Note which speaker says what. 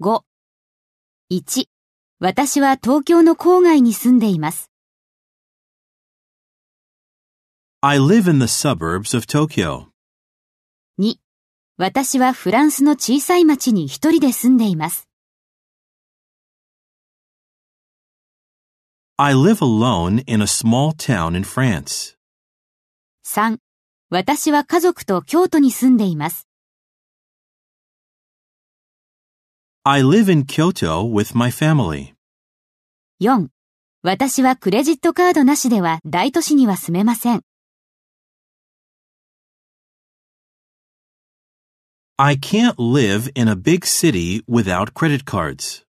Speaker 1: 5。1、私は東京の郊外に住んでいます。
Speaker 2: I live in the suburbs of Tokyo.
Speaker 1: 2、私はフランスの小さい町に一人で住んでいます。
Speaker 2: I live alone in a small town in France.
Speaker 1: 3、私は家族と京都に住んでいます。
Speaker 2: I live in Kyoto with my family.
Speaker 1: 4、私はクレジットカードなしでは大都市には住めません。
Speaker 2: I can't live in a big city without credit cards.